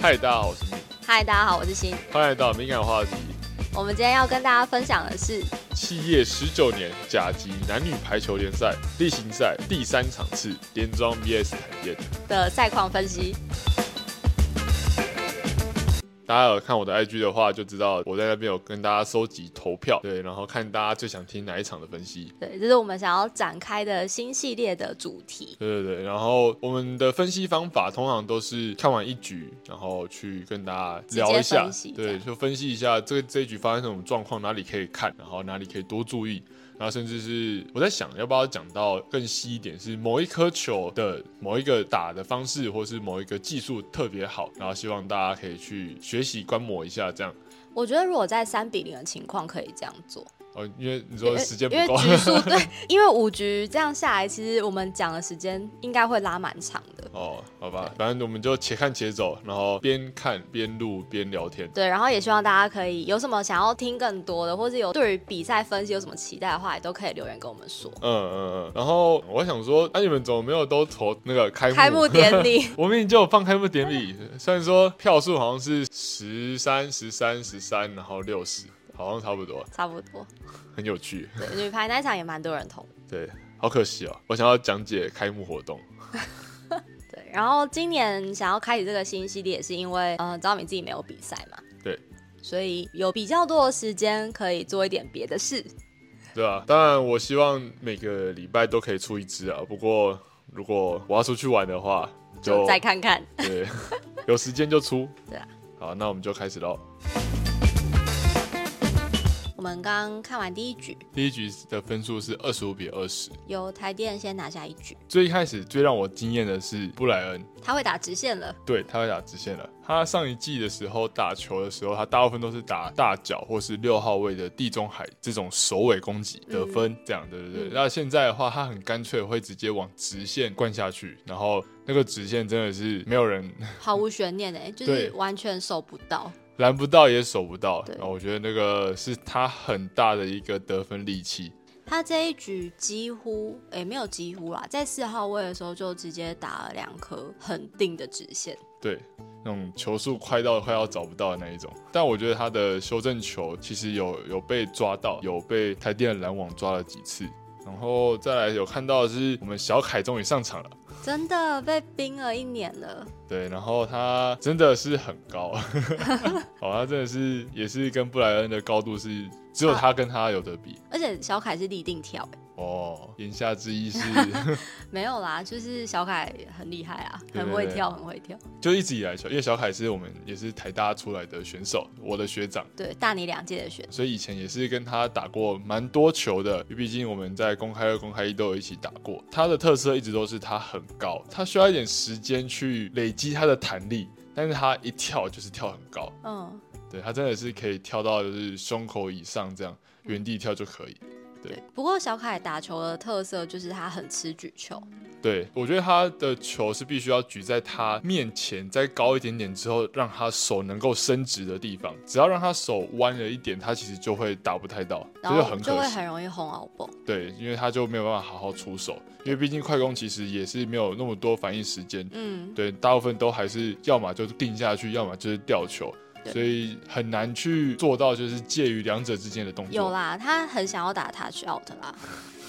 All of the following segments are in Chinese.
嗨，大家好，我是敏，嗨，大家好，我是欣。欢迎来到敏感话题。我们今天要跟大家分享的是，企业十九年甲级男女排球联赛例行赛第三场次，连庄 VS 台电。的赛况分析。大家有看我的 IG 的话，就知道我在那边有跟大家收集投票，对，然后看大家最想听哪一场的分析。对，这是我们想要展开的新系列的主题。对对对，然后我们的分析方法通常都是看完一局，然后去跟大家聊一直接下分析，这对，样就分析一下这这一局发生什么状况，哪里可以看，然后哪里可以多注意，然后甚至是我在想要不要讲到更细一点，是某一颗球的某一个打的方式，或是某一个技术特别好，然后希望大家可以去学习观摩一下，这样。我觉得如果在三比零的情况可以这样做，哦，因为你说时间不因为 够，局数对，因为五局这样下来，其实我们讲的时间应该会拉蛮长的。哦，好吧，反正我们就且看且走，然后边看边录边聊天。对，然后也希望大家可以有什么想要听更多的，或是有对于比赛分析有什么期待的话，也都可以留言跟我们说。嗯嗯嗯，然后我想说，那、你们怎么没有都投那个开幕？开幕典礼 我明明就有放开幕典礼，虽然说票数好像是十三、十三、十三，然后六十，好像差不多，差不多，很有趣。对，女排那一场也蛮多人投。对，好可惜哦，我想要讲解开幕活动。对，然后今年想要开始这个新系列，也是因为呃，张敏自己没有比赛嘛，对，所以有比较多的时间可以做一点别的事。对啊，当然我希望每个礼拜都可以出一支啊，不过如果我要出去玩的话，就再看看。 对，有时间就出。对啊。好，那我们就开始喽。我们刚看完第一局，第一局的分数是二十五比二十。由台电先拿下一局，最一开始最让我惊艳的是布莱恩，他会打直线了，对他会打直线了。他上一季的时候打球的时候，他大部分都是打大脚或是六号位的地中海这种首尾攻击得分，这样对不对？嗯那现在的话，他很干脆会直接往直线灌下去，然后那个直线真的是没有人 毫无悬念哎、就对是完全守不到。拦不到也守不到。对然后我觉得那个是他很大的一个得分利器。他这一局几乎也、没有几乎啦，在四号位的时候就直接打了两颗很定的直线。对，那种球速快到快要找不到的那一种。但我觉得他的修正球其实有有被抓到，有被台电的拦网抓了几次。然后再来有看到的是我们小凯终于上场了，真的被冰了一年了，对，然后他真的是很高，哦，他真的是也是跟布莱恩的高度是只有他跟他有得比。而且小凯是立定跳、欸哦，言下之意是， 没有啦，就是小凯很厉害啊，对很会跳，很会跳。就一直以来小，因为小凯是我们也是台大出来的选手，我的学长，对，大你两届的选手，所以以前也是跟他打过蛮多球的，因为毕竟我们在公开二、公开一都有一起打过。他的特色一直都是他很高，他需要一点时间去累积他的弹力，但是他一跳就是跳很高，嗯，对他真的是可以跳到就是胸口以上这样原地跳就可以。对对。不过小凯打球的特色就是他很吃举球，对我觉得他的球是必须要举在他面前再高一点点之后，让他手能够伸直的地方，只要让他手弯了一点，他其实就会打不太到，这然就后很就可会惜。很容易红熬蹦。对，因为他就没有办法好好出手，因为毕竟快攻其实也是没有那么多反应时间，嗯，对，大部分都还是要么就是定下去，要么就是吊球，对所以很难去做到就是介于两者之间的动有作。啦，他很想要打 touch out 啦，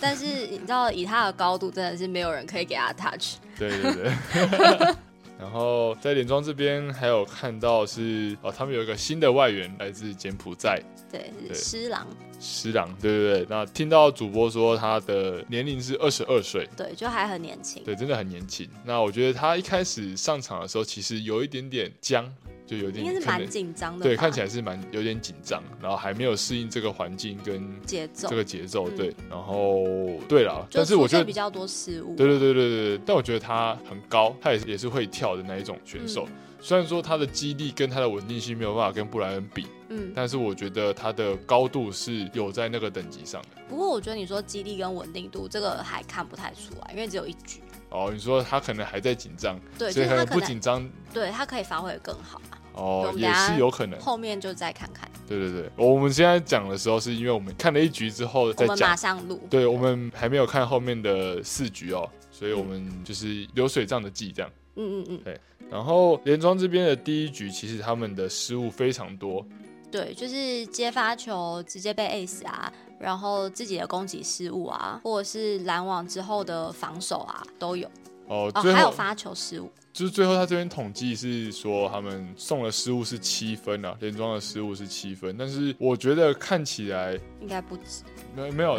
但是你知道以他的高度，真的是没有人可以给他 touch。对对对。 然后在连庄这边还有看到是哦，他们有一个新的外援来自柬埔寨对，对是施琅，施朗，对对对。那听到主播说他的年龄是二十二岁，对，就还很年轻。对，真的很年轻。那我觉得他一开始上场的时候，其实有一点点僵，就有一点应该是可能蛮紧张的吧，对，看起来来是蛮有点紧张，然后还没有适应这个环境跟节奏这个节奏。嗯对，然后对了，就但是我出觉现得比，较多失误。对对对对对，对但我觉得他很高，他也是也是会跳的那一种选手。嗯虽然说他的肌力跟他的稳定性没有办法跟布莱恩比，嗯，但是我觉得他的高度是有在那个等级上的。不过我觉得你说激励跟稳定度这个还看不太出来，因为只有一局。哦，你说他可能还在紧张，对，所就以是他能可不能紧张对他可以发挥的更好啊，哦我，们也等下是有可能。后面就再看看。对对对，我们现在讲的时候，是因为我们看了一局之后我再们马讲。上录，对，我们还没有看后面的四局哦，所以我们就是流水账的记这样。嗯嗯嗯，然后联庄这边的第一局，其实他们的失误非常多，对，就是接发球直接被 ace 啊，然后自己的攻击失误啊，或者是拦网之后的防守啊，都有。哦，哦，最还有后发球失误。就是最后他这边统计是说他们送的失误是七分啊，连庄的失误是七分，但是我觉得看起来应该不止，没没 有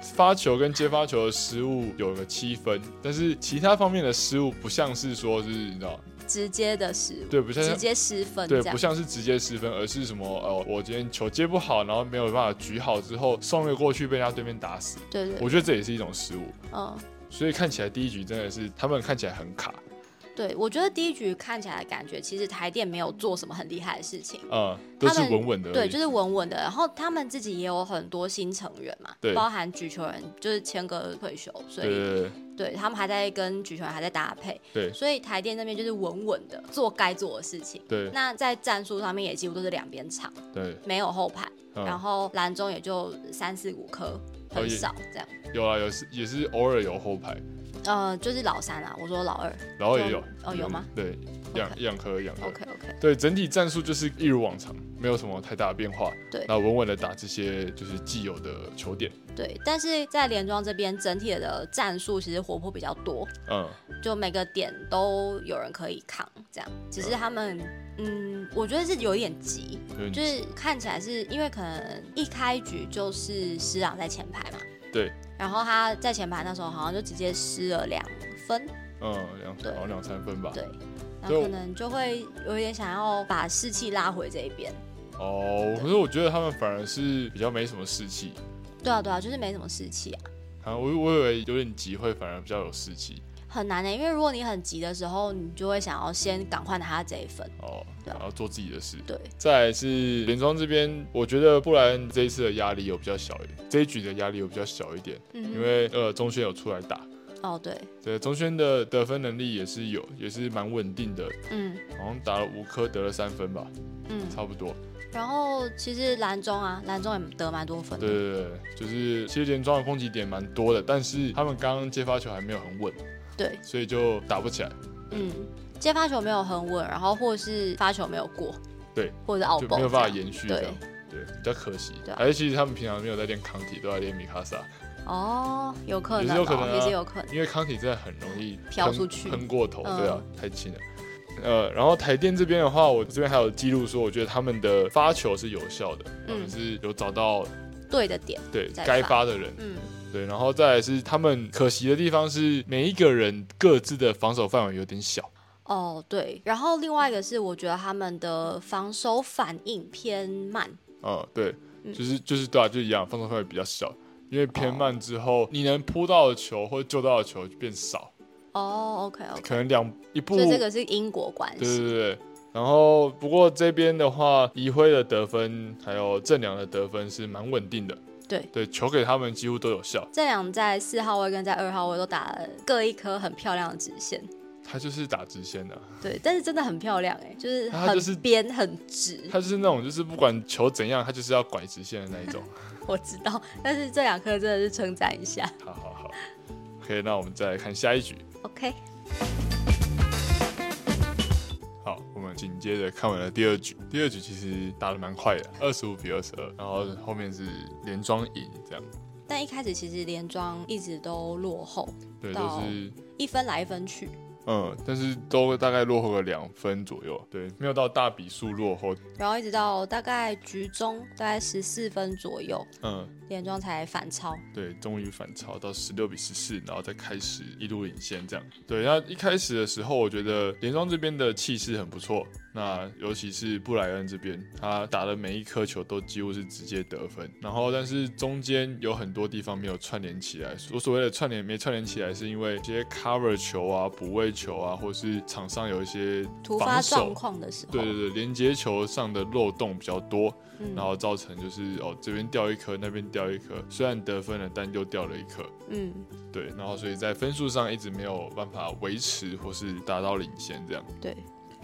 发球跟接发球的失误有个七分，但是其他方面的失误不像是说是你知道直接的失误，对，不像直接失分这对，样不。像是直接失分，而是什么呃，我今天球接不好，然后没有办法举好之后送了过去被人家对面打死，对对我觉得这也是一种失误。嗯，所以看起来第一局真的是他们看起来很卡，对，我觉得第一局看起来感觉其实台电没有做什么很厉害的事情。呃，都是他们稳稳的而已，对，就是稳稳的。然后他们自己也有很多新成员嘛对，包含举球人，就是谦哥退休，所对以对对对他们还在跟举球人还在搭配，对所以台电那边就是稳稳的做该做的事情。对那在战术上面也几乎都是两边场，对，没有后排，嗯然后蓝中也就三四五颗，哦很也少这样。有啊，有是也是偶尔有后排，呃，就是老三啊，我说老二。然后也有哦有吗？对，两 OK 两颗两颗。 OK OK，对，整体战术就是一如往常，没有什么太大的变化。对那稳稳的打这些就是既有的球点。对，但是在连庄这边整体的战术其实活泼比较多，嗯，就每个点都有人可以扛，这样。只啊是他们，嗯，我觉得是有一点急，有点就是看起来是因为可能一开局就是施朗在前排嘛，对，然后他在前排那时候好像就直接失了两分，嗯，两对好像两三分吧。对，然对后我可能就会有一点想要把士气拉回这一边。哦，可是我觉得他们反而是比较没什么士气。对啊，对啊，就是没什么士气啊，啊，我我以为有点急会反而比较有士气。很难的、欸因为如果你很急的时候，你就会想要先赶快拿下这一分。哦，对啊然后做自己的事。对，再来是连庄这边，我觉得布莱恩这一次的压力有比较小一点，这一局的压力有比较小一点，嗯因哼，为呃中轩有出来打，哦对，对中轩的得分能力也是有，也是蛮稳定的，嗯好像打了五颗得了三分吧，嗯，差不多。然后其实蓝中啊，蓝中也得蛮多分对的，对对，就是其实连庄的攻击点蛮多的，但是他们刚刚接发球还没有很稳，对，所以就打不起来，嗯，接发球没有很稳，然后或是发球没有过，对，或者是奥就爆没有办法哦这样延续这对样。，对，比较可惜。对啊还是其实他们平常没有在练康体，都在练米卡萨，哦，有可也能、是哦，有可能啊也是有可能，因为康体真的很容易飘喷出去喷过头，嗯对啊，太轻了。呃，然后台电这边的话，我这边还有记录说，我觉得他们的发球是有效的，他们嗯是有找到对的点，对在该发发的人，嗯，对，然后再来是他们可惜的地方是每一个人各自的防守范围有点小，哦对，然后另外一个是我觉得他们的防守反应偏慢，嗯，对，嗯就是就是对啊，就一样，防守范围比较小，因为偏哦慢之后，你能扑到的球或救到的球就变少，哦，OK OK，可能两一步，所以这个是因果关对对系，对对。然后不过这边的话，怡辉的得分还有正良的得分是蛮稳定的，对。对，球给他们几乎都有效，这两在四号位跟在二号位都打了各一颗很漂亮的直线，他就是打直线的、对，但是真的很漂亮哎、就是它就是很边很直，他就是那种就是不管球怎样，他就是要拐直线的那一 种。我知道，但是这两颗真的是称赞一下。好好好，OK，那我们再来看下一局。 OK，好，我们紧接着看完了第二局。第二局其实打得蛮快的，二十五比二十二，然后后面是连庄赢这样。但一开始其实连庄一直都落后，对，到都是一分来一分去。嗯，但是都大概落后个两分左右，对，没有到大比数落后。然后一直到大概局中，大概十四分左右，嗯，连庄才反超。对，终于反超到十六比十四，然后再开始一路领先这样。对，那一开始的时候，我觉得连庄这边的气势很不错，那尤其是布莱恩这边，他打的每一颗球都几乎是直接得分，然后但是中间有很多地方没有串联起来。所所谓的串联没串联起来，是因为这些 cover 球啊、补位球啊，或是场上有一些突发防状守。况的时候，对对对，连接球上的漏洞比较多，嗯然后造成就是哦这边掉一颗，那边掉一颗，虽然得分了，但又掉了一颗，嗯，对，然后所以在分数上一直没有办法维持或是达到领先这样，对，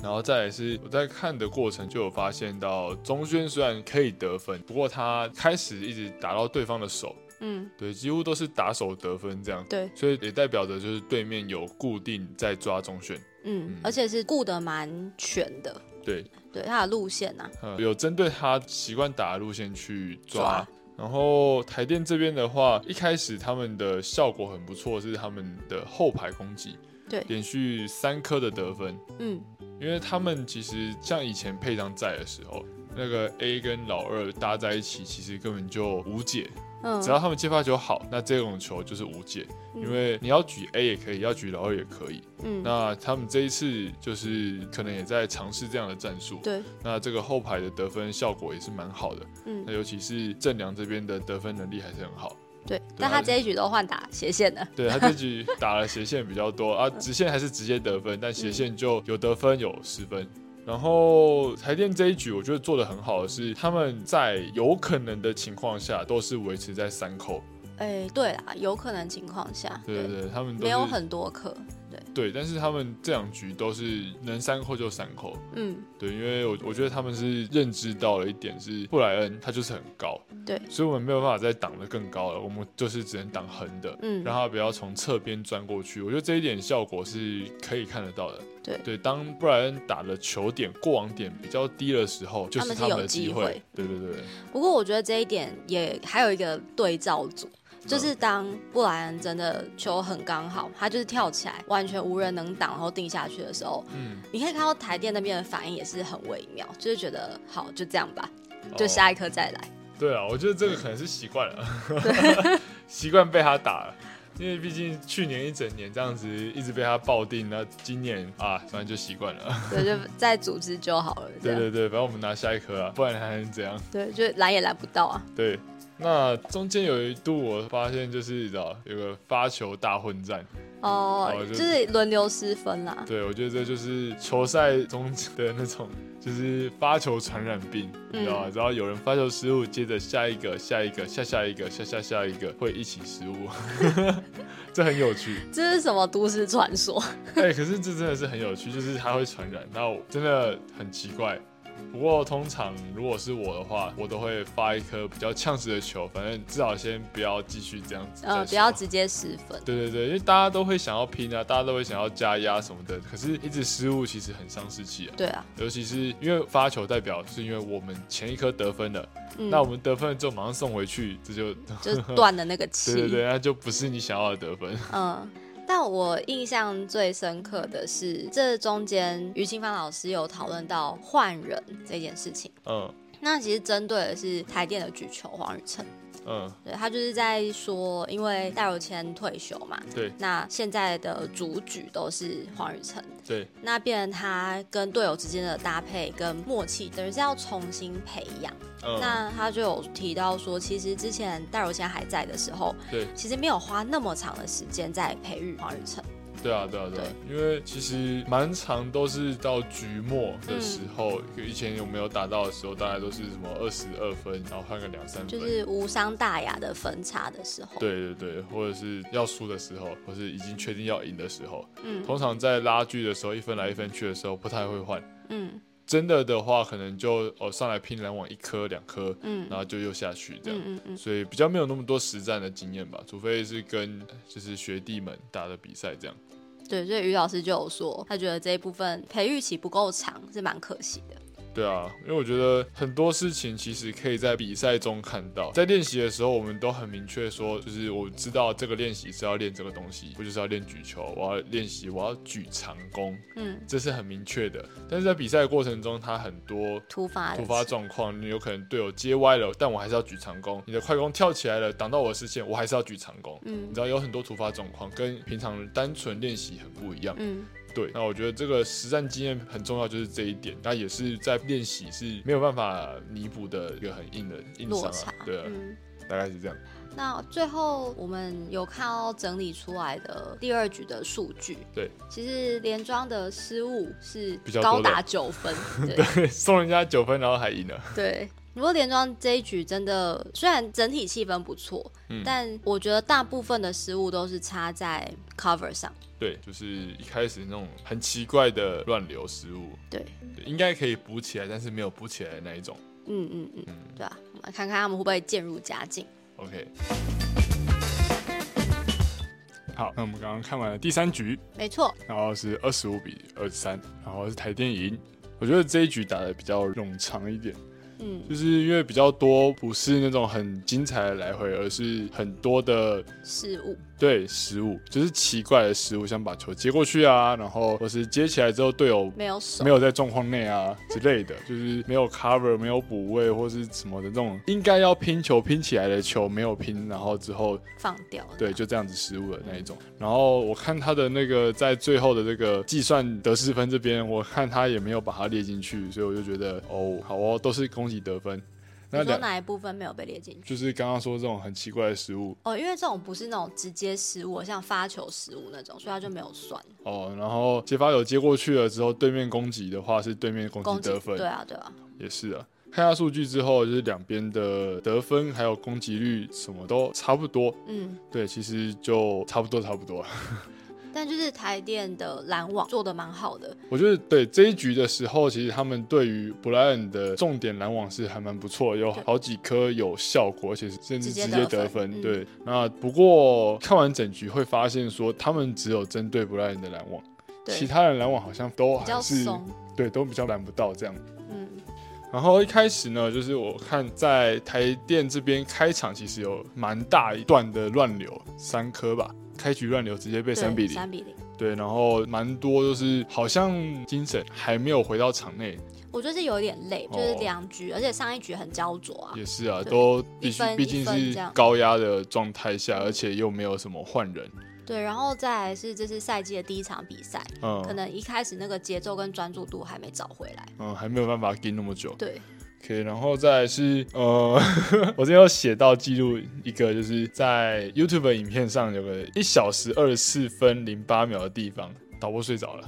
然后再来是我在看的过程就有发现到钟轩虽然可以得分，不过他开始一直打到对方的手，嗯对，几乎都是打手得分这样，对，所以也代表着就是对面有固定在抓中选，嗯，而且是顾得蛮全的，对，对他的路线啊呐、呃有针对他习惯打的路线去抓嗯抓。然后台电这边的话，一开始他们的效果很不错，是他们的后排攻击，对连续三颗的得分。嗯，因为他们其实像以前佩章在的时候，那个 A 跟老二搭在一起，其实根本就无解。嗯，只要他们接发球好，那这种球就是无解。嗯因为你要举 A 也可以，要举老二也可以。嗯，那他们这一次就是可能也在尝试这样的战术。对，那这个后排的得分效果也是蛮好的。嗯那尤其是郑良这边的得分能力还是很好。对，但啊他这一局都换打斜线的，对他 这局打了斜线比较多嗯啊，直线还是直接得分，但斜线就有得分有失分。然后台电这一局，我觉得做的很好的是，他们在有可能的情况下都是维持在三扣，哎、对啦，有可能情况下，对对对，他们都没有是很多颗，对，但是他们这两局都是能三扣就三扣，嗯，对，因为我我觉得他们是认知到了一点是布莱恩他就是很高，对所以我们没有办法再挡得更高了，我们就是只能挡横的，嗯让他不要从侧边钻过去。我觉得这一点效果是可以看得到的。对对，当布莱恩打的球点过网点比较低的时候，就他们是他们有的机机会对对对，不过我觉得这一点也还有一个对照组，嗯就是当布莱恩真的球很刚好，他就是跳起来，完全无人能挡，然后定下去的时候，嗯，你可以看到台电那边的反应也是很微妙，就是觉得好就这样吧，就哦下一颗再来。 对啊，我觉得这个可能是习惯了， 习惯被他打了。因为毕竟去年一整年这样子一直被他抱定，那今年啊，反正就习惯了。对，就再组织就好了，这对样对对，反正我们拿下一颗啊，不然还能怎 样？对就拦也拦不到啊。对，那中间有一度我发现就是你知道有个发球大混战，哦哦，就就是轮流失分啦。对我觉得这就是球赛中 的那种就是发球传染病，你嗯知道吗？然后有人发球失误，接着下一个、下一个、下下一个、下下下一个会一起失误， 这很有趣。这是什么都市传说？ 哎、可是这真的是很有趣，就是它会传染，那我真的很奇怪。不过通常如果是我的话，我都会发一颗比较呛死的球，反正至少先不要继续这样子。呃，不要。直接失分。对对对，因为大家都会想要拼啊，大家都会想要加压什么的，可是一直失误其实很伤士气啊。对啊，尤其是因为发球代表是因为我们前一颗得分了，嗯，那我们得分了之后马上送回去，这就 就是断了那个气。对对对，那就不是你想要的得分。嗯，但我印象最深刻的是，这中间于清芳老师有讨论到换人这件事情。嗯那其实针对的是台电的举球黄宇成，嗯，对他就是在说，因为戴柔谦退休嘛，对那现在的主举都是黄宇成，对，那变成他跟队友之间的搭配跟默契，等于是要重新培养。嗯那他就有提到说，其实之前戴柔谦还在的时候，对其实没有花那么长的时间在培育黄宇成。对啊对啊对啊，因为其实蛮长都是到局末的时候，以前有没有打到的时候，大概都是什么二十二分，然后换个两三分。就是无伤大雅的分叉的时候，对对对，或者是要输的时候，或是已经确定要赢的时候，嗯通常在拉锯的时候，一分来一分去的时候，不太会换。嗯真的的话，可能就哦上来拼篮网一颗两颗，嗯然后就又下去这样，嗯嗯嗯，所以比较没有那么多实战的经验吧，除非是跟呃就是学弟们打的比赛这样。对，所以于老师就有说，他觉得这一部分培育期不够长，是蛮可惜的。对啊，因为我觉得很多事情其实可以在比赛中看到，在练习的时候，我们都很明确说，就是我知道这个练习是要练这个东西，我就是要练举球，我要练习，我要举长弓，嗯，这是很明确的。但是在比赛的过程中，它很多突发突发的，状况，你有可能队友接歪了，但我还是要举长弓。你的快攻跳起来了，挡到我的视线，我还是要举长弓。你嗯知道有很多突发状况，跟平常单纯练习很不一样。嗯对，那我觉得这个实战经验很重要，就是这一点。那也是在练习是没有办法弥补的一个很硬的硬落伤差啊。，对啊，嗯。大概是这样。 那最后我们有看到整理出来的第二局的数据，对，其实连庄的失误是比较多高的达九 分，对，送人家九分，然后还赢了。对，不过连庄这一局真的，虽然整体气氛不错，嗯但我觉得大部分的失误都是差在 cover 上。对，就是一开始那种很奇怪的乱流失误，对，对应该可以补起来，但是没有补起来的那一种。嗯嗯嗯，对啊，我们看看他们会不会渐入佳境。 OK。好，那我们刚刚看完了第三局，没错，然后是二十五比二十三，然后是台电赢。我觉得这一局打的比较冗长一点，嗯，就是因为比较多不是那种很精彩的来回，而是很多的失误，对失误，就是奇怪的失误，想把球接过去啊，然后或是接起来之后队友没有手，没有在状况内啊之类的，就是没有 cover、没有补位或是什么的这种应该要拼球拼起来的球没有拼，然后之后放掉，对，，就这样子失误的那一种。然后我看他的那个在最后的这个计算得失分这边，我看他也没有把它列进去，所以我就觉得哦，好哦，都是恭喜得分。那你说两哪一部分没有被列进去？就是刚刚说这种很奇怪的失误哦，因为这种不是那种直接失误，像发球失误那种，所以他就没有算哦，然后接发球接过去了之后，对面攻击的话是对面攻攻击击得，分对，啊，对啊，也是啊。看下数据之后，就是两边的得分还有攻击率什么都差不多，嗯，对，其实就差不多差不多。啊但就是台电的拦网做的蛮好的， 我觉得对这一局的时候，其实他们对于布莱恩的重点拦网是还蛮不错，有好几颗有效果，而且是甚至直接直接得得分。分嗯对，那不过看完整局会发现说，他们只有针对布莱恩的拦网，其对，他人拦网好像都比还较是松，对都比较拦不到这样。嗯，然后一开始呢，就是我看在台电这边开场，其实有蛮大一段的乱流，三颗吧，开局乱流直接被对，三比零。三比零。对，然后蛮多就是好像精神还没有回到场内，我觉得是有点累，就是哦两局，而且上一局很焦灼啊。也是啊，对都必一须分毕竟一分是这样高压的状态下，而且又没有什么换人，对，然后再来是这是赛季的第一场比赛，可嗯能一开始那个节奏跟专注度还没找回来。嗯，还没有办法盯那么久。对， OK，然后再来是呃， 我这边有写到记录一个，就是在 YouTube 影片上有个一小时二十四分零八秒的地方，导播睡着了，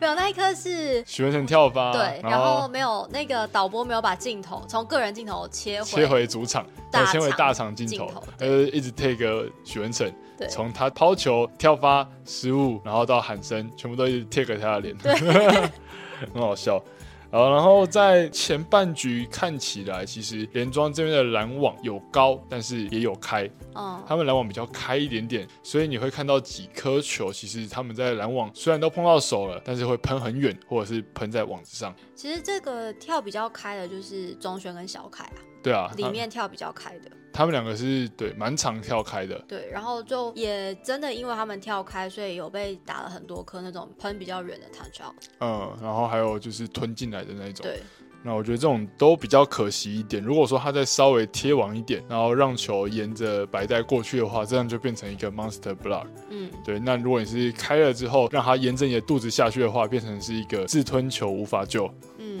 没有那一颗是。许文成跳发，对，啊然然后没有那个导播没有把镜头从个人镜头切回，切回主场，大呃切回场大场镜镜头头，呃，一直 take 许文成，对，从他抛球、跳发、失误，然后到喊声，全部都一直贴给他的脸， 很好笑。然后，然后在前半局看起来，其实连庄这边的拦网有高，但是也有开，嗯，他们拦网比较开一点点，所以你会看到几颗球，其实他们在拦网虽然都碰到手了，但是会喷很远，或者是喷在网子上。其实这个跳比较开的就是钟轩跟小凯啊，对啊，里他面跳比较开的，他们两个是对蛮常跳开的，对，然后就也真的因为他们跳开，所以有被打了很多颗那种喷比较远的 touch out，嗯，然后还有就是吞进来的那一种。对，那我觉得这种都比较可惜一点。如果说他再稍微贴网一点，然后让球沿着白带过去的话，这样就变成一个 monster block。嗯，对，那如果你是开了之后，让它沿着你的肚子下去的话，变成是一个自吞球无法救。嗯，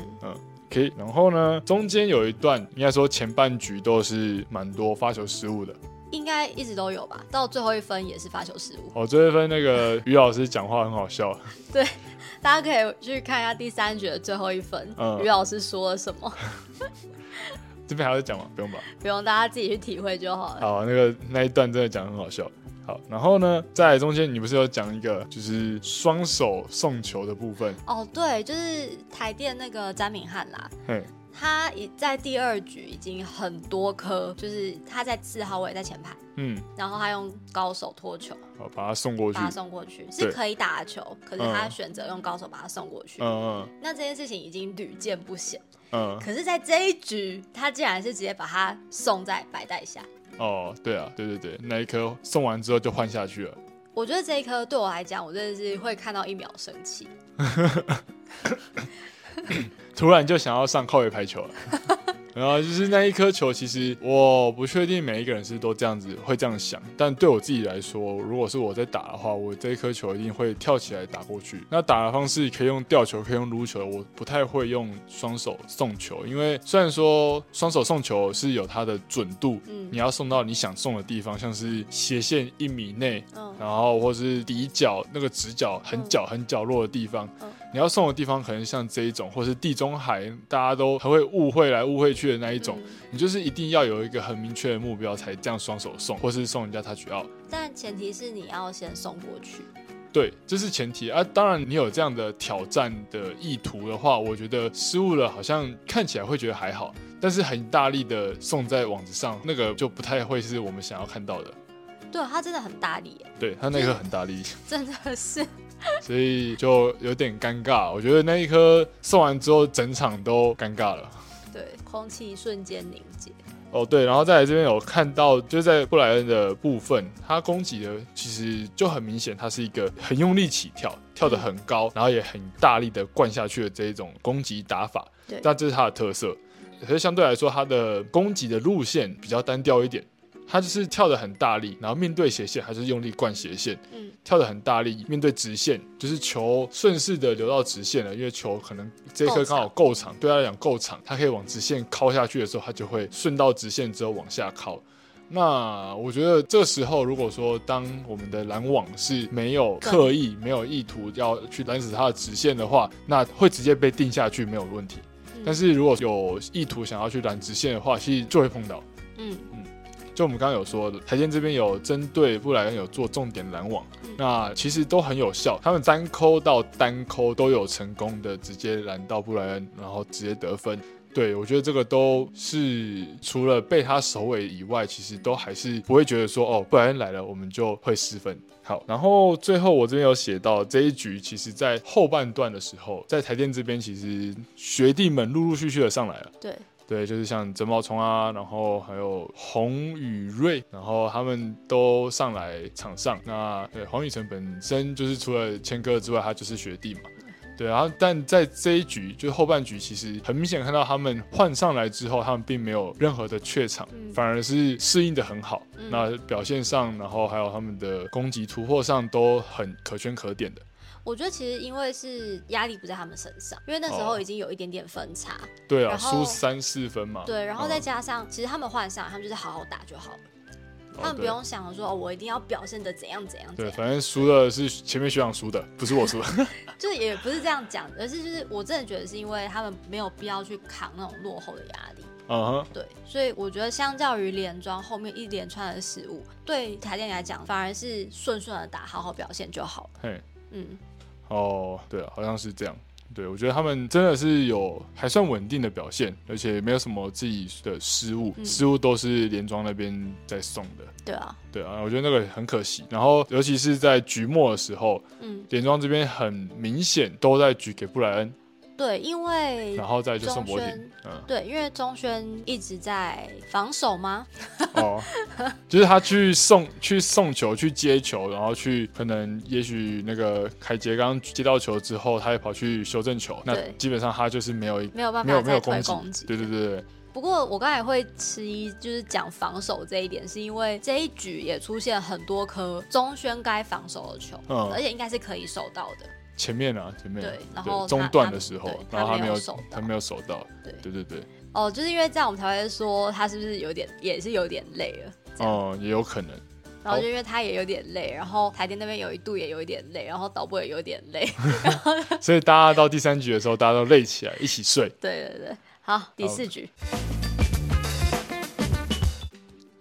OK，然后呢，中间有一段应该说前半局都是蛮多发球失误的。应该一直都有吧，到最后一分也是发球失误。哦，这一分那个于老师讲话很好笑， 大家可以去看一下第三局的最后一分，嗯于、老师说了什么，这边还要再讲吗？不用吧。不用大家自己去体会就好了。好，那个那一段真的讲得很好笑。好，然后呢，在中间你不是有讲一个就是双手送球的部分？哦，对，就是台电那个詹敏汉啦，嘿，他已在第二局已经很多颗，就是他在四号位在前排，嗯，然后他用高手拖球好，把它送过去把。他送过去，对是可以打的球，可是他嗯选择用高手把他送过去。嗯那这件事情已经屡见不鲜，嗯可是，在这一局，他竟然是直接把他送在白带下。嗯，哦，对啊，对对对，那一颗送完之后就换下去了。我觉得这一颗对我来讲，我真的是会看到一秒生气。突然就想要上靠背排球了。然后就是那一颗球，其实我不确定每一个人是都这样子会这样想，但对我自己来说，如果是我在打的话，我这一颗球一定会跳起来打过去。那打的方式可以用吊球，可以用撸球，我不太会用双手送球，因为虽然说双手送球是有它的准度，嗯你要送到你想送的地方，像是斜线一米内，嗯然后或是底角那个直角很角很角落的地方，嗯你要送的地方可能像这一种，或是地中海，大家都还会误会来误会去的那一种，嗯你就是一定要有一个很明确的目标才这样双手送，或是送人家哦 touch out。但前提是你要先送过去。对，这是前提啊。当然，你有这样的挑战的意图的话，我觉得失误了好像看起来会觉得还好，但是很大力的送在网子上，那个就不太会是我们想要看到的。对他真的很大力耶，对他那颗很大力，真的是，所以就有点尴尬。我觉得那一颗送完之后，整场都尴尬了。 对，空气瞬间凝结。哦，对，然后再来这边有看到，就是在布莱恩的部分，他攻击的其实就很明显，他是一个很用力起跳，跳得很高，然后也很大力的灌下去的这一种攻击打法。对那这是他的特色。可是相对来说，他的攻击的路线比较单调一点，他就是跳得很大力，然后面对斜线还是用力灌斜线，嗯，跳得很大力，面对直线就是球顺势的流到直线了，因为球可能这一颗刚好够长，对他来讲够长，他可以往直线敲下去的时候，他就会顺到直线之后往下敲。那我觉得这时候，如果说当我们的拦网是没有刻意、没有意图要去拦死他的直线的话，那会直接被定下去没有问题。嗯但是如果有意图想要去拦直线的话，其实就会碰到。嗯，就我们刚刚有说，的，台建这边有针对布莱恩有做重点拦网，嗯那其实都很有效，他们单抠到单抠都有成功的直接拦到布莱恩，然后直接得分。对，我觉得这个都是除了被他首尾以外，其实都还是不会觉得说哦，布莱恩来了我们就会失分。好，然后最后我这边有写到这一局，其实在后半段的时候，在台电这边其实学弟们陆陆续续的上来了。对，对，就是像曾茂聪啊，然后还有洪宇瑞，然后他们都上来场上。那对黄宇成本身就是除了谦哥之外，他就是学弟嘛。对，然后但在这一局，就是后半局，其实很明显看到他们换上来之后，他们并没有任何的怯场，嗯反而是适应的很好。嗯那表现上，然后还有他们的攻击突破上都很可圈可点的。我觉得其实因为是压力不在他们身上，因为那时候哦已经有一点点分差，对啊，然后输三四分嘛。对，然后再嗯加上其实他们换上，他们就是好好打就好了，哦他们不对用想着说哦，我一定要表现的怎样怎样怎对，样，反正输的是前面学长输的，不是我输的。 就是也不是这样讲，而是就是我真的觉得是因为他们没有必要去扛那种落后的压力。嗯哼，对，所以我觉得相较于连庄后面一连串的失误，对台电来讲反而是顺顺的打，好好表现就好了。嘿，嗯，哦，对啊，好像是这样。对，我觉得他们真的是有还算稳定的表现，而且没有什么自己的失误，嗯失误都是连庄那边在送的。对啊，对啊，我觉得那个很可惜。然后，尤其是在局末的时候，嗯，连庄这边很明显都在局给布莱恩，对，因为然后再就中宋博轩廷，嗯，对，因为钟轩一直在防守吗？哦，就是他去送去送球去接球，然后去可能也许那个凯杰刚接到球之后，他也跑去修正球，那对基本上他就是没有一没有办没法有没再有攻推攻击，击。对对对对，不过我刚才会迟疑，就是讲防守这一点，是因为这一局也出现很多颗钟轩该防守的球，嗯而且应该是可以守到的。前面啊前面对然后他中段的时候他对，然后他他没没有有守到他没有守到，对对对对，哦，就是因为这样，我们才会说他是不是有点也是有点累了。这样哦、也有可能，然后就因为他也有点累，然后台电那边有一度也有一点累，然后导播也有点累。 所以大家到第三局的时候，大家都累起来一起睡。对对对，好，第四局，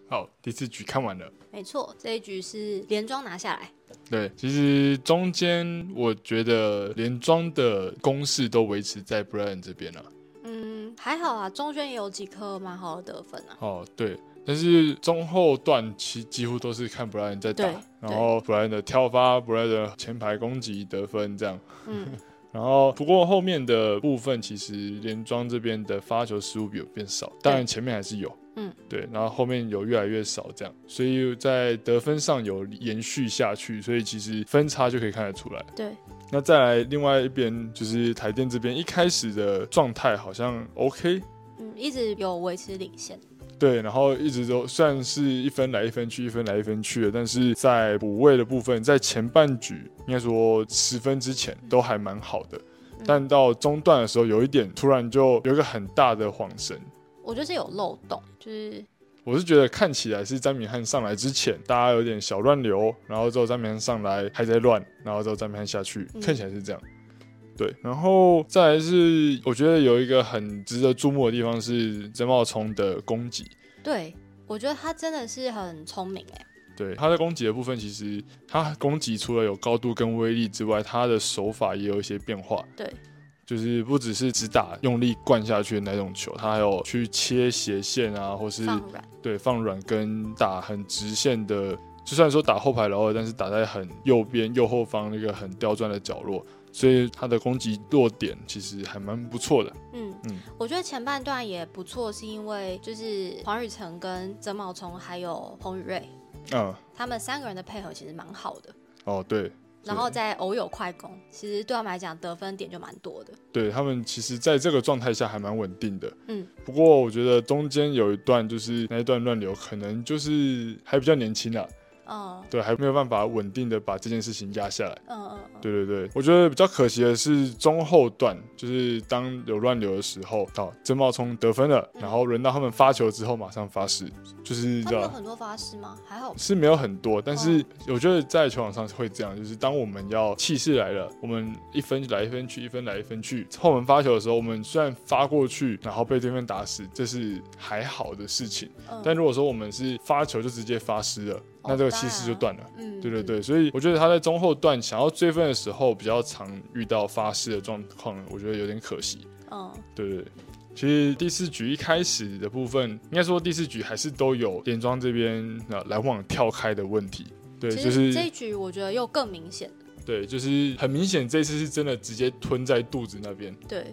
好，第四局看完了。没错，这一局是连庄拿下来。对，其实中间我觉得连庄的攻势都维持在 Brian 这边了、嗯，还好啊，中轩也有几颗蛮好的得分啊。哦，对，但是中后段其几乎都是看 Brian 在打对，然后 Brian 的跳发，Brian 的前排攻击得分这样。嗯，然后，不过后面的部分其实连庄这边的发球失误有变少，当然前面还是有，嗯，对，然后后面有越来越少这样，所以在得分上有延续下去，所以其实分差就可以看得出来。对，那再来另外一边就是台电这边一开始的状态好像 OK，嗯，一直有维持领先。对，然后一直都算是一分来一分去，一分来一分去的，但是在补位的部分，在前半局应该说十分之前都还蛮好的，但到中段的时候有一点突然就有一个很大的晃神。我觉得是有漏洞，就是我是觉得看起来是詹米汉上来之前，大家有点小乱流，然后之后詹米汉上来还在乱，然后之后詹米汉下去，嗯看起来是这样。对，然后再来是我觉得有一个很值得注目的地方是曾茂聪的攻击，对我觉得他真的是很聪明哎、对，他在攻击的部分，其实他攻击除了有高度跟威力之外，他的手法也有一些变化。对，就是不只是只打用力灌下去的那种球，他还有去切斜线啊，或是放软。对放软跟打很直线的就虽然说打后排老二，但是打在很右边右后方那个很刁钻的角落，所以他的攻击落点其实还蛮不错的。嗯嗯我觉得前半段也不错，是因为就是黄宇成跟曾茂聪还有洪宇瑞，嗯，他们三个人的配合其实蛮好的。哦对，然后再偶有快攻，其实对他们来讲得分点就蛮多的。对他们其实在这个状态下还蛮稳定的。嗯，不过我觉得中间有一段就是那一段乱流，可能就是还比较年轻啦，嗯对，还没有办法稳定的把这件事情压下来。嗯嗯嗯，对对对，我觉得比较可惜的是中后段，就是当有乱流的时候，到曾茂聪得分了，嗯然后轮到他们发球之后马上发誓，就是他这们有样。很多发师吗？还好吧。是没有很多，但是嗯我觉得在球场上会这样，就是当我们要气势来了，我们一分来一分去，一分来一分去。后门发球的时候，我们虽然发过去，然后被对面打死，这是还好的事情。嗯但如果说我们是发球就直接发失了，那这个气势就断了。嗯，对对嗯，对，所以我觉得他在中后段想要追分的时候，比较常遇到发失的状况，我觉得有点可惜。嗯对对对，其实第四局一开始的部分，应该说第四局还是都有连庄这边啊来往跳开的问题。对，其就实这是一局我觉得又更明显。对，就是很明显，这次是真的直接吞在肚子那边。对，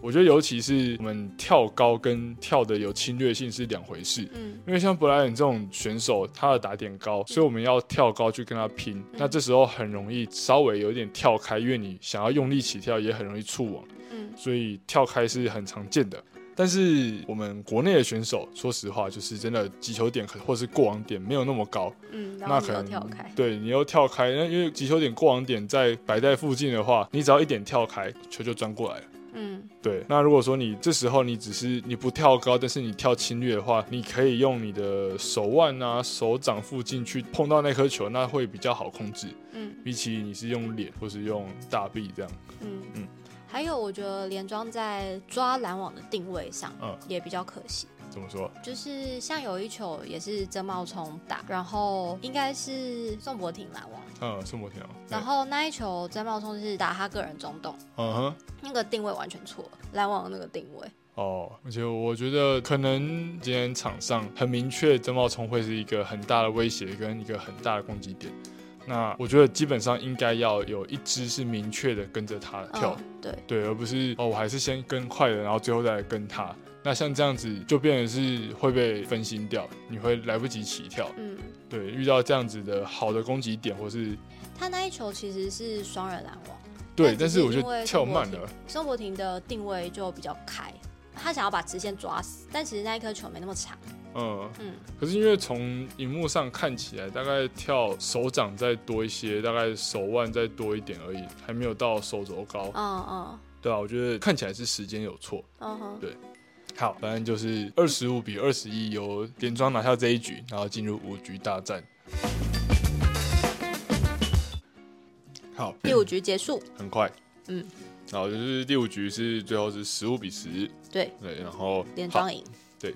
我觉得尤其是我们跳高跟跳的有侵略性是两回事。嗯因为像布莱恩这种选手，他的打点高，所以我们要跳高去跟他拼。那这时候很容易稍微有一点跳开，因为你想要用力起跳，也很容易触网。嗯所以跳开是很常见的。但是我们国内的选手，说实话，就是真的击球点可或是过网点没有那么高，嗯，然那后你可又能跳开。对你又跳开，那因为击球点过网点在摆在附近的话，你只要一点跳开，球就钻过来了。嗯对，那如果说你这时候你只是你不跳高，但是你跳侵略的话，你可以用你的手腕啊、手掌附近去碰到那颗球，那会比较好控制，嗯比起你是用脸或是用大臂这样。嗯嗯嗯。还有，我觉得连庄在抓拦网的定位上嗯也比较可惜。怎么说？就是像有一球也是曾茂聪打，然后应该是宋博廷拦网，嗯，宋博天啊。然后那一球曾茂聪是打他个人中洞，嗯哼。那个定位完全错了，拦网的那个定位。哦，而且我觉得可能今天场上很明确，曾茂聪会是一个很大的威胁跟一个很大的攻击点。那我觉得基本上应该要有一支是明确的跟着他跳，嗯，对，对，而不是哦我还是先跟快的，然后最后再来跟他。那像这样子就变成是会被分心掉，你会来不及起跳。嗯，对，遇到这样子的好的攻击点或是他那一球其实是双人拦网，对，但但只是是我觉因得为跳宋博慢了，宋博廷的定位就比较开，他想要把直线抓死，但其实那一颗球没那么长。嗯，嗯可是因为从荧幕上看起来，大概跳手掌再多一些，大概手腕再多一点而已，还没有到手肘高。嗯嗯对啊，我觉得看起来是时间有错。嗯哼，好，反正就是二十五比二十一，由连庄拿下这一局，然后进入五局大战。好，第五局结束。很快，嗯，好，就是第五局是最后是十五比十，对，对，然后连好庄赢。对，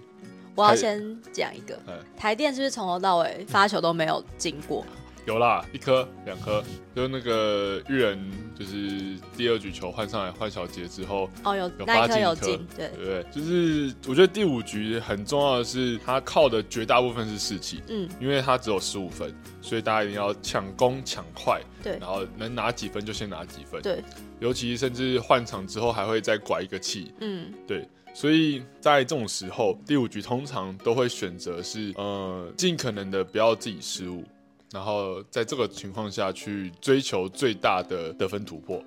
我要还先讲一个嗯，台电是不是从头到尾发球都没有进过？有啦，一颗两颗，就是那个玉人，就是第二局球换上来换小杰之后，哦，有有发那一颗进有一颗进，对对，不对？就是我觉得第五局很重要的是，他靠的绝大部分是士气，嗯因为他只有十五分，所以大家一定要抢攻抢快，对然后能拿几分就先拿几分，对，尤其甚至换场之后还会再拐一个气，嗯对。所以在这种时候，第五局通常都会选择是，呃，尽可能的不要自己失误，然后在这个情况下去追求最大的得分突破。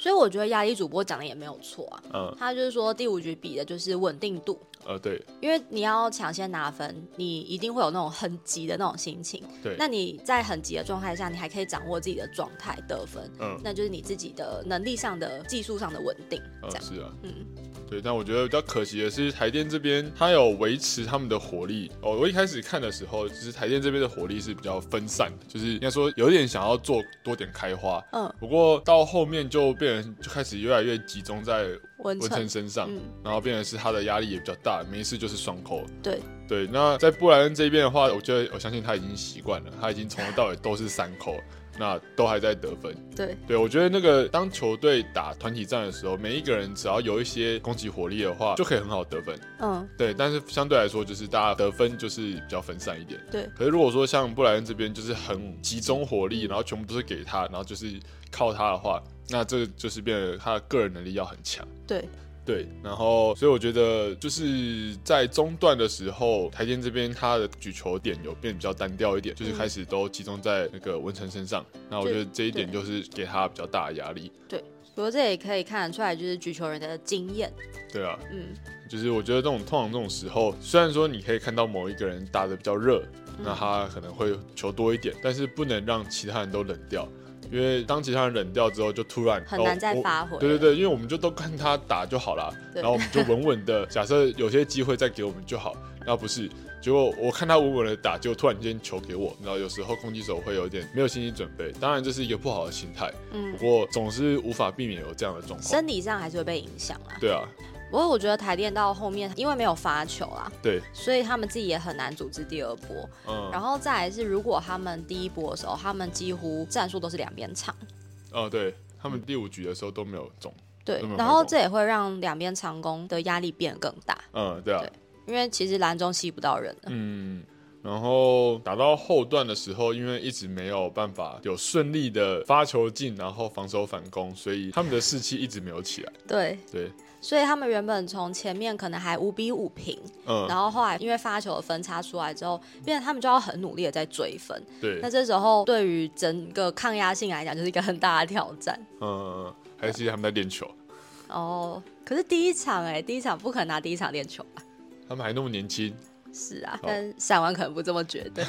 所以我觉得压力主播讲的也没有错啊。嗯，他就是说第五局比的就是稳定度，呃，对，因为你要抢先拿分，你一定会有那种很急的那种心情。对那你在很急的状态下，你还可以掌握自己的状态得分，嗯，那就是你自己的能力上的、技术上的稳定。呃这，样，是啊，嗯对，但我觉得比较可惜的是，台电这边它有维持他们的火力。哦，我一开始看的时候，其实台电这边的火力是比较分散的，就是应该说有点想要做多点开花。嗯，不过到后面就变成就开始越来越集中在文文成成，身上，嗯，然后变成是他的压力也比较大，每一次就是双扣。对对，那在布莱恩这边的话，我觉得我相信他已经习惯了，他已经从头到尾都是三扣，那都还在得分。对对，我觉得那个当球队打团体战的时候，每一个人只要有一些攻击火力的话，就可以很好得分。嗯对，但是相对来说，就是大家得分就是比较分散一点。对可是如果说像布莱恩这边就是很集中火力，然后全部都是给他，然后就是靠他的话，那这就是变得他的个人能力要很强。对对，然后所以我觉得就是在中段的时候，台电这边他的举球点有变比较单调一点，就是开始都集中在那个文成身上。那我觉得这一点就是给他比较大的压力。对，不过这也可以看得出来，就是举球人的经验，对啊，嗯就是我觉得这种通常这种时候，虽然说你可以看到某一个人打得比较热，嗯那他可能会球多一点，但是不能让其他人都冷掉，因为当其他人冷掉之后，就突然很难再发挥哦我对对对，因为我们就都看他打就好啦，对然后我们就稳稳的，假设有些机会再给我们就好。那不是，结果我看他稳稳的打，结果突然间球给我，然后有时候攻击手会有点没有心理准备，当然这是一个不好的心态，嗯，不过总是无法避免有这样的状况。生理上还是会被影响啊。对啊，不过我觉得台电到后面，因为没有发球啊，对，所以他们自己也很难组织第二波。嗯，然后再来是，如果他们第一波的时候，他们几乎战术都是两边长，哦，对他嗯们第五局的时候都没有中，对那么，然还后懂这也会让两边长攻的压力变得更大，嗯，对啊，对因为其实篮中吸不到人了。嗯，然后打到后段的时候，因为一直没有办法有顺利的发球进，然后防守反攻，所以他们的士气一直没有起来。对，对，所以他们原本从前面可能还五比五平，嗯，然后后来因为发球的分差出来之后，变成他们就要很努力的在追分。对，那嗯这时候对于整个抗压性来讲，就是一个很大的挑战。嗯，嗯还是他们在练球，哦，可是第一场哎、第一场不可能拿第一场练球吧？他们还那么年轻。是啊，好但闪完可能不这么觉 得。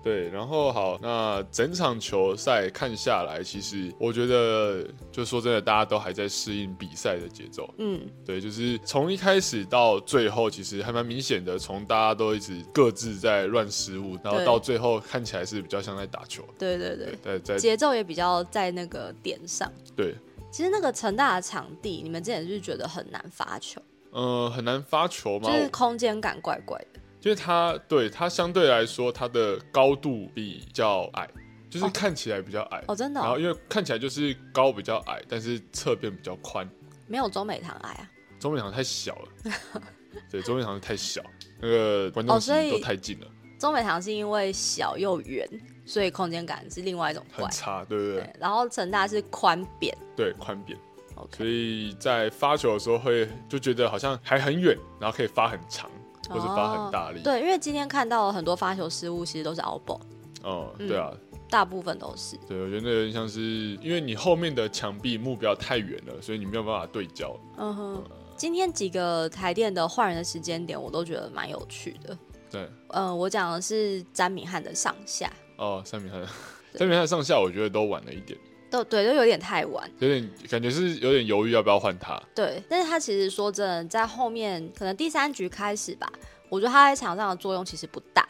对，然后好，那整场球赛看下来，其实我觉得，就说真的，大家都还在适应比赛的节奏。嗯，对，就是从一开始到最后，其实还蛮明显的，从大家都一直各自在乱失误，然后对到最后看起来是比较像在打球。对对对，对，在在节奏也比较在那个点上。对，其实那个成大的场地，你们之前是不是觉得很难发球，呃，很难发球嘛就，是空间感怪怪的。就是它对它相对来说它的高度比较矮，就是哦看起来比较矮。哦，真的然哦、后因为看起来就是高比较矮，但是侧边比较宽。没有中美堂矮啊。中面场太小了， 对，中面场太小，那个观众哦席所以都太近了，中美堂是因为小又圆，所以空间感是另外一种怪很。差，对不对？对，然后成大是宽扁对，宽边。所，OK，以在发球的时候会就觉得好像还很远，然后可以发很长，或是发很大力。哦对，因为今天看到了很多发球失误，其实都是 o u t b a l 哦，嗯对啊，大部分都是。对，我觉得那有点像是因为你后面的墙壁目标太远了，所以你没有办法对焦。嗯哼，今天几个台电的换人的时间点，我都觉得蛮有趣的。对，嗯、我讲的是詹敏汉的上下，哦，三米汉，对三米汉上下我觉得都晚了一点，都对，都有点太晚。有点感觉是有点犹豫要不要换他。对，但是他其实说真的，在后面可能第三局开始吧，我觉得他在场上的作用其实不大，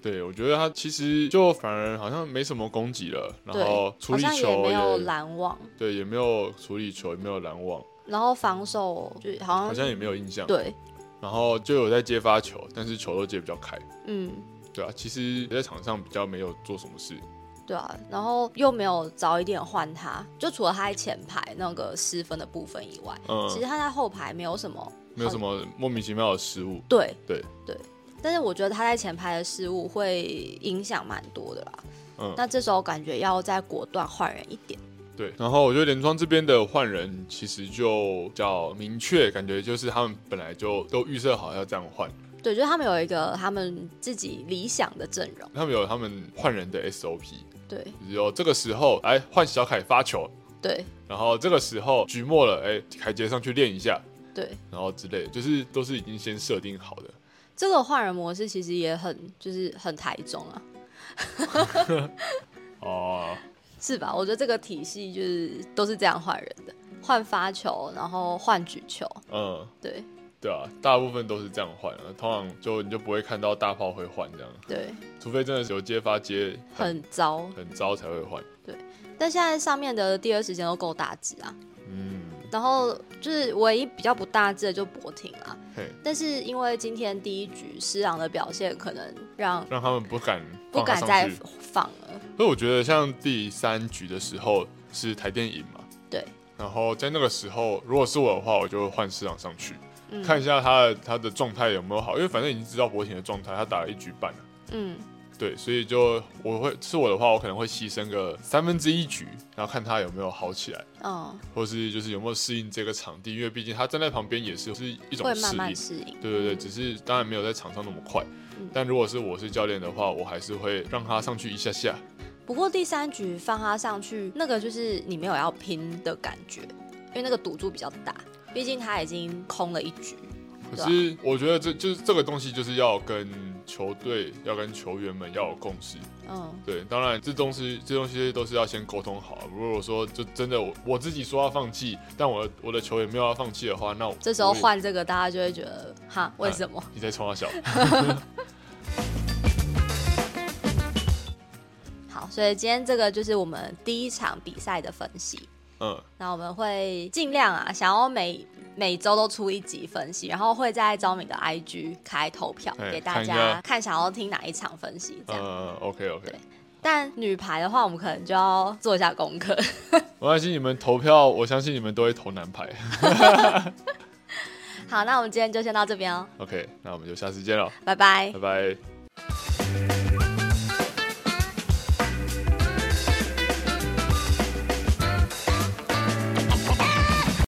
对，我觉得他其实就反而好像没什么攻击了，然对后处好理像也球没有也拦网，对，也没有处理球，也没有拦网，然后防守就好像好像也没有印象。对，然后就有在接发球，但是球都接比较开。嗯，对啊，其实在场上比较没有做什么事。对啊，然后又没有早一点换他，就除了他在前排那个失分的部分以外，嗯，其实他在后排没有什么没有什么莫名其妙的失误。对对对，但是我觉得他在前排的失误会影响蛮多的啦。嗯那这时候感觉要再果断换人一点。对，然后我觉得联庄这边的换人其实就比较明确，感觉就是他们本来就都预设好要这样换，对，就是他们有一个他们自己理想的阵容。他们有他们换人的 SOP，对就是有这个时候哎换小凯发球，对然后这个时候局末了哎凯杰上去练一下，对，然后之类的，就是都是已经先设定好的。这个换人模式其实也很就是很台中啊，哦，是吧？我觉得这个体系就是都是这样换人的，换发球，然后换举球。嗯，对对啊，大部分都是这样换啊，通常就你就不会看到大炮会换这样，对，除非真的是有接发接很很糟。很糟才会换。但现在上面的第二时间都够大只啊，嗯，然后就是唯一比较不大致的就博廷啊，嘿，但是因为今天第一局施昂的表现，可能让让他们不敢不放他敢上再去放了。所以我觉得像第三局的时候是台电赢嘛，对，然后在那个时候如果是我的话，我就会换市长上去、嗯看一下他的他的状态有没有好，因为反正已经知道博廷的状态，他打了一局半了。嗯，对，所以就我会是我的话，我可能会牺牲个三分之一局，然后看他有没有好起来，哦，或是就是有没有适应这个场地，因为毕竟他站在旁边也是是一种会适慢应慢。适应。对对对，只是当然没有在场上那么快，嗯但如果是我是教练的话，我还是会让他上去一下下。不过第三局放他上去，那个就是你没有要拼的感觉，因为那个赌注比较大，毕竟他已经空了一局。可啊是我觉得这就是这个东西，就是要跟球队、要跟球员们要有共识。嗯对，当然这东西这东西都是要先沟通好。如果说就真的我我自己说要放弃，但我的我的球员没有要放弃的话，那我，这时候我也换这个，大家就会觉得哈，为什么？ 你在冲他笑。好，所以今天这个就是我们第一场比赛的分析。嗯，那我们会尽量啊，想要每每周都出一集分析，然后会在招敏的 IG 开投票哎给大看一家下看想要听哪一场分析这样。呃，OK OK，对但女排的话，我们可能就要做一下功课。没关系，你们投票，我相信你们都会投男排。 好，那我们今天就先到这边哦， OK，那我们就下次见了，拜拜拜。拜。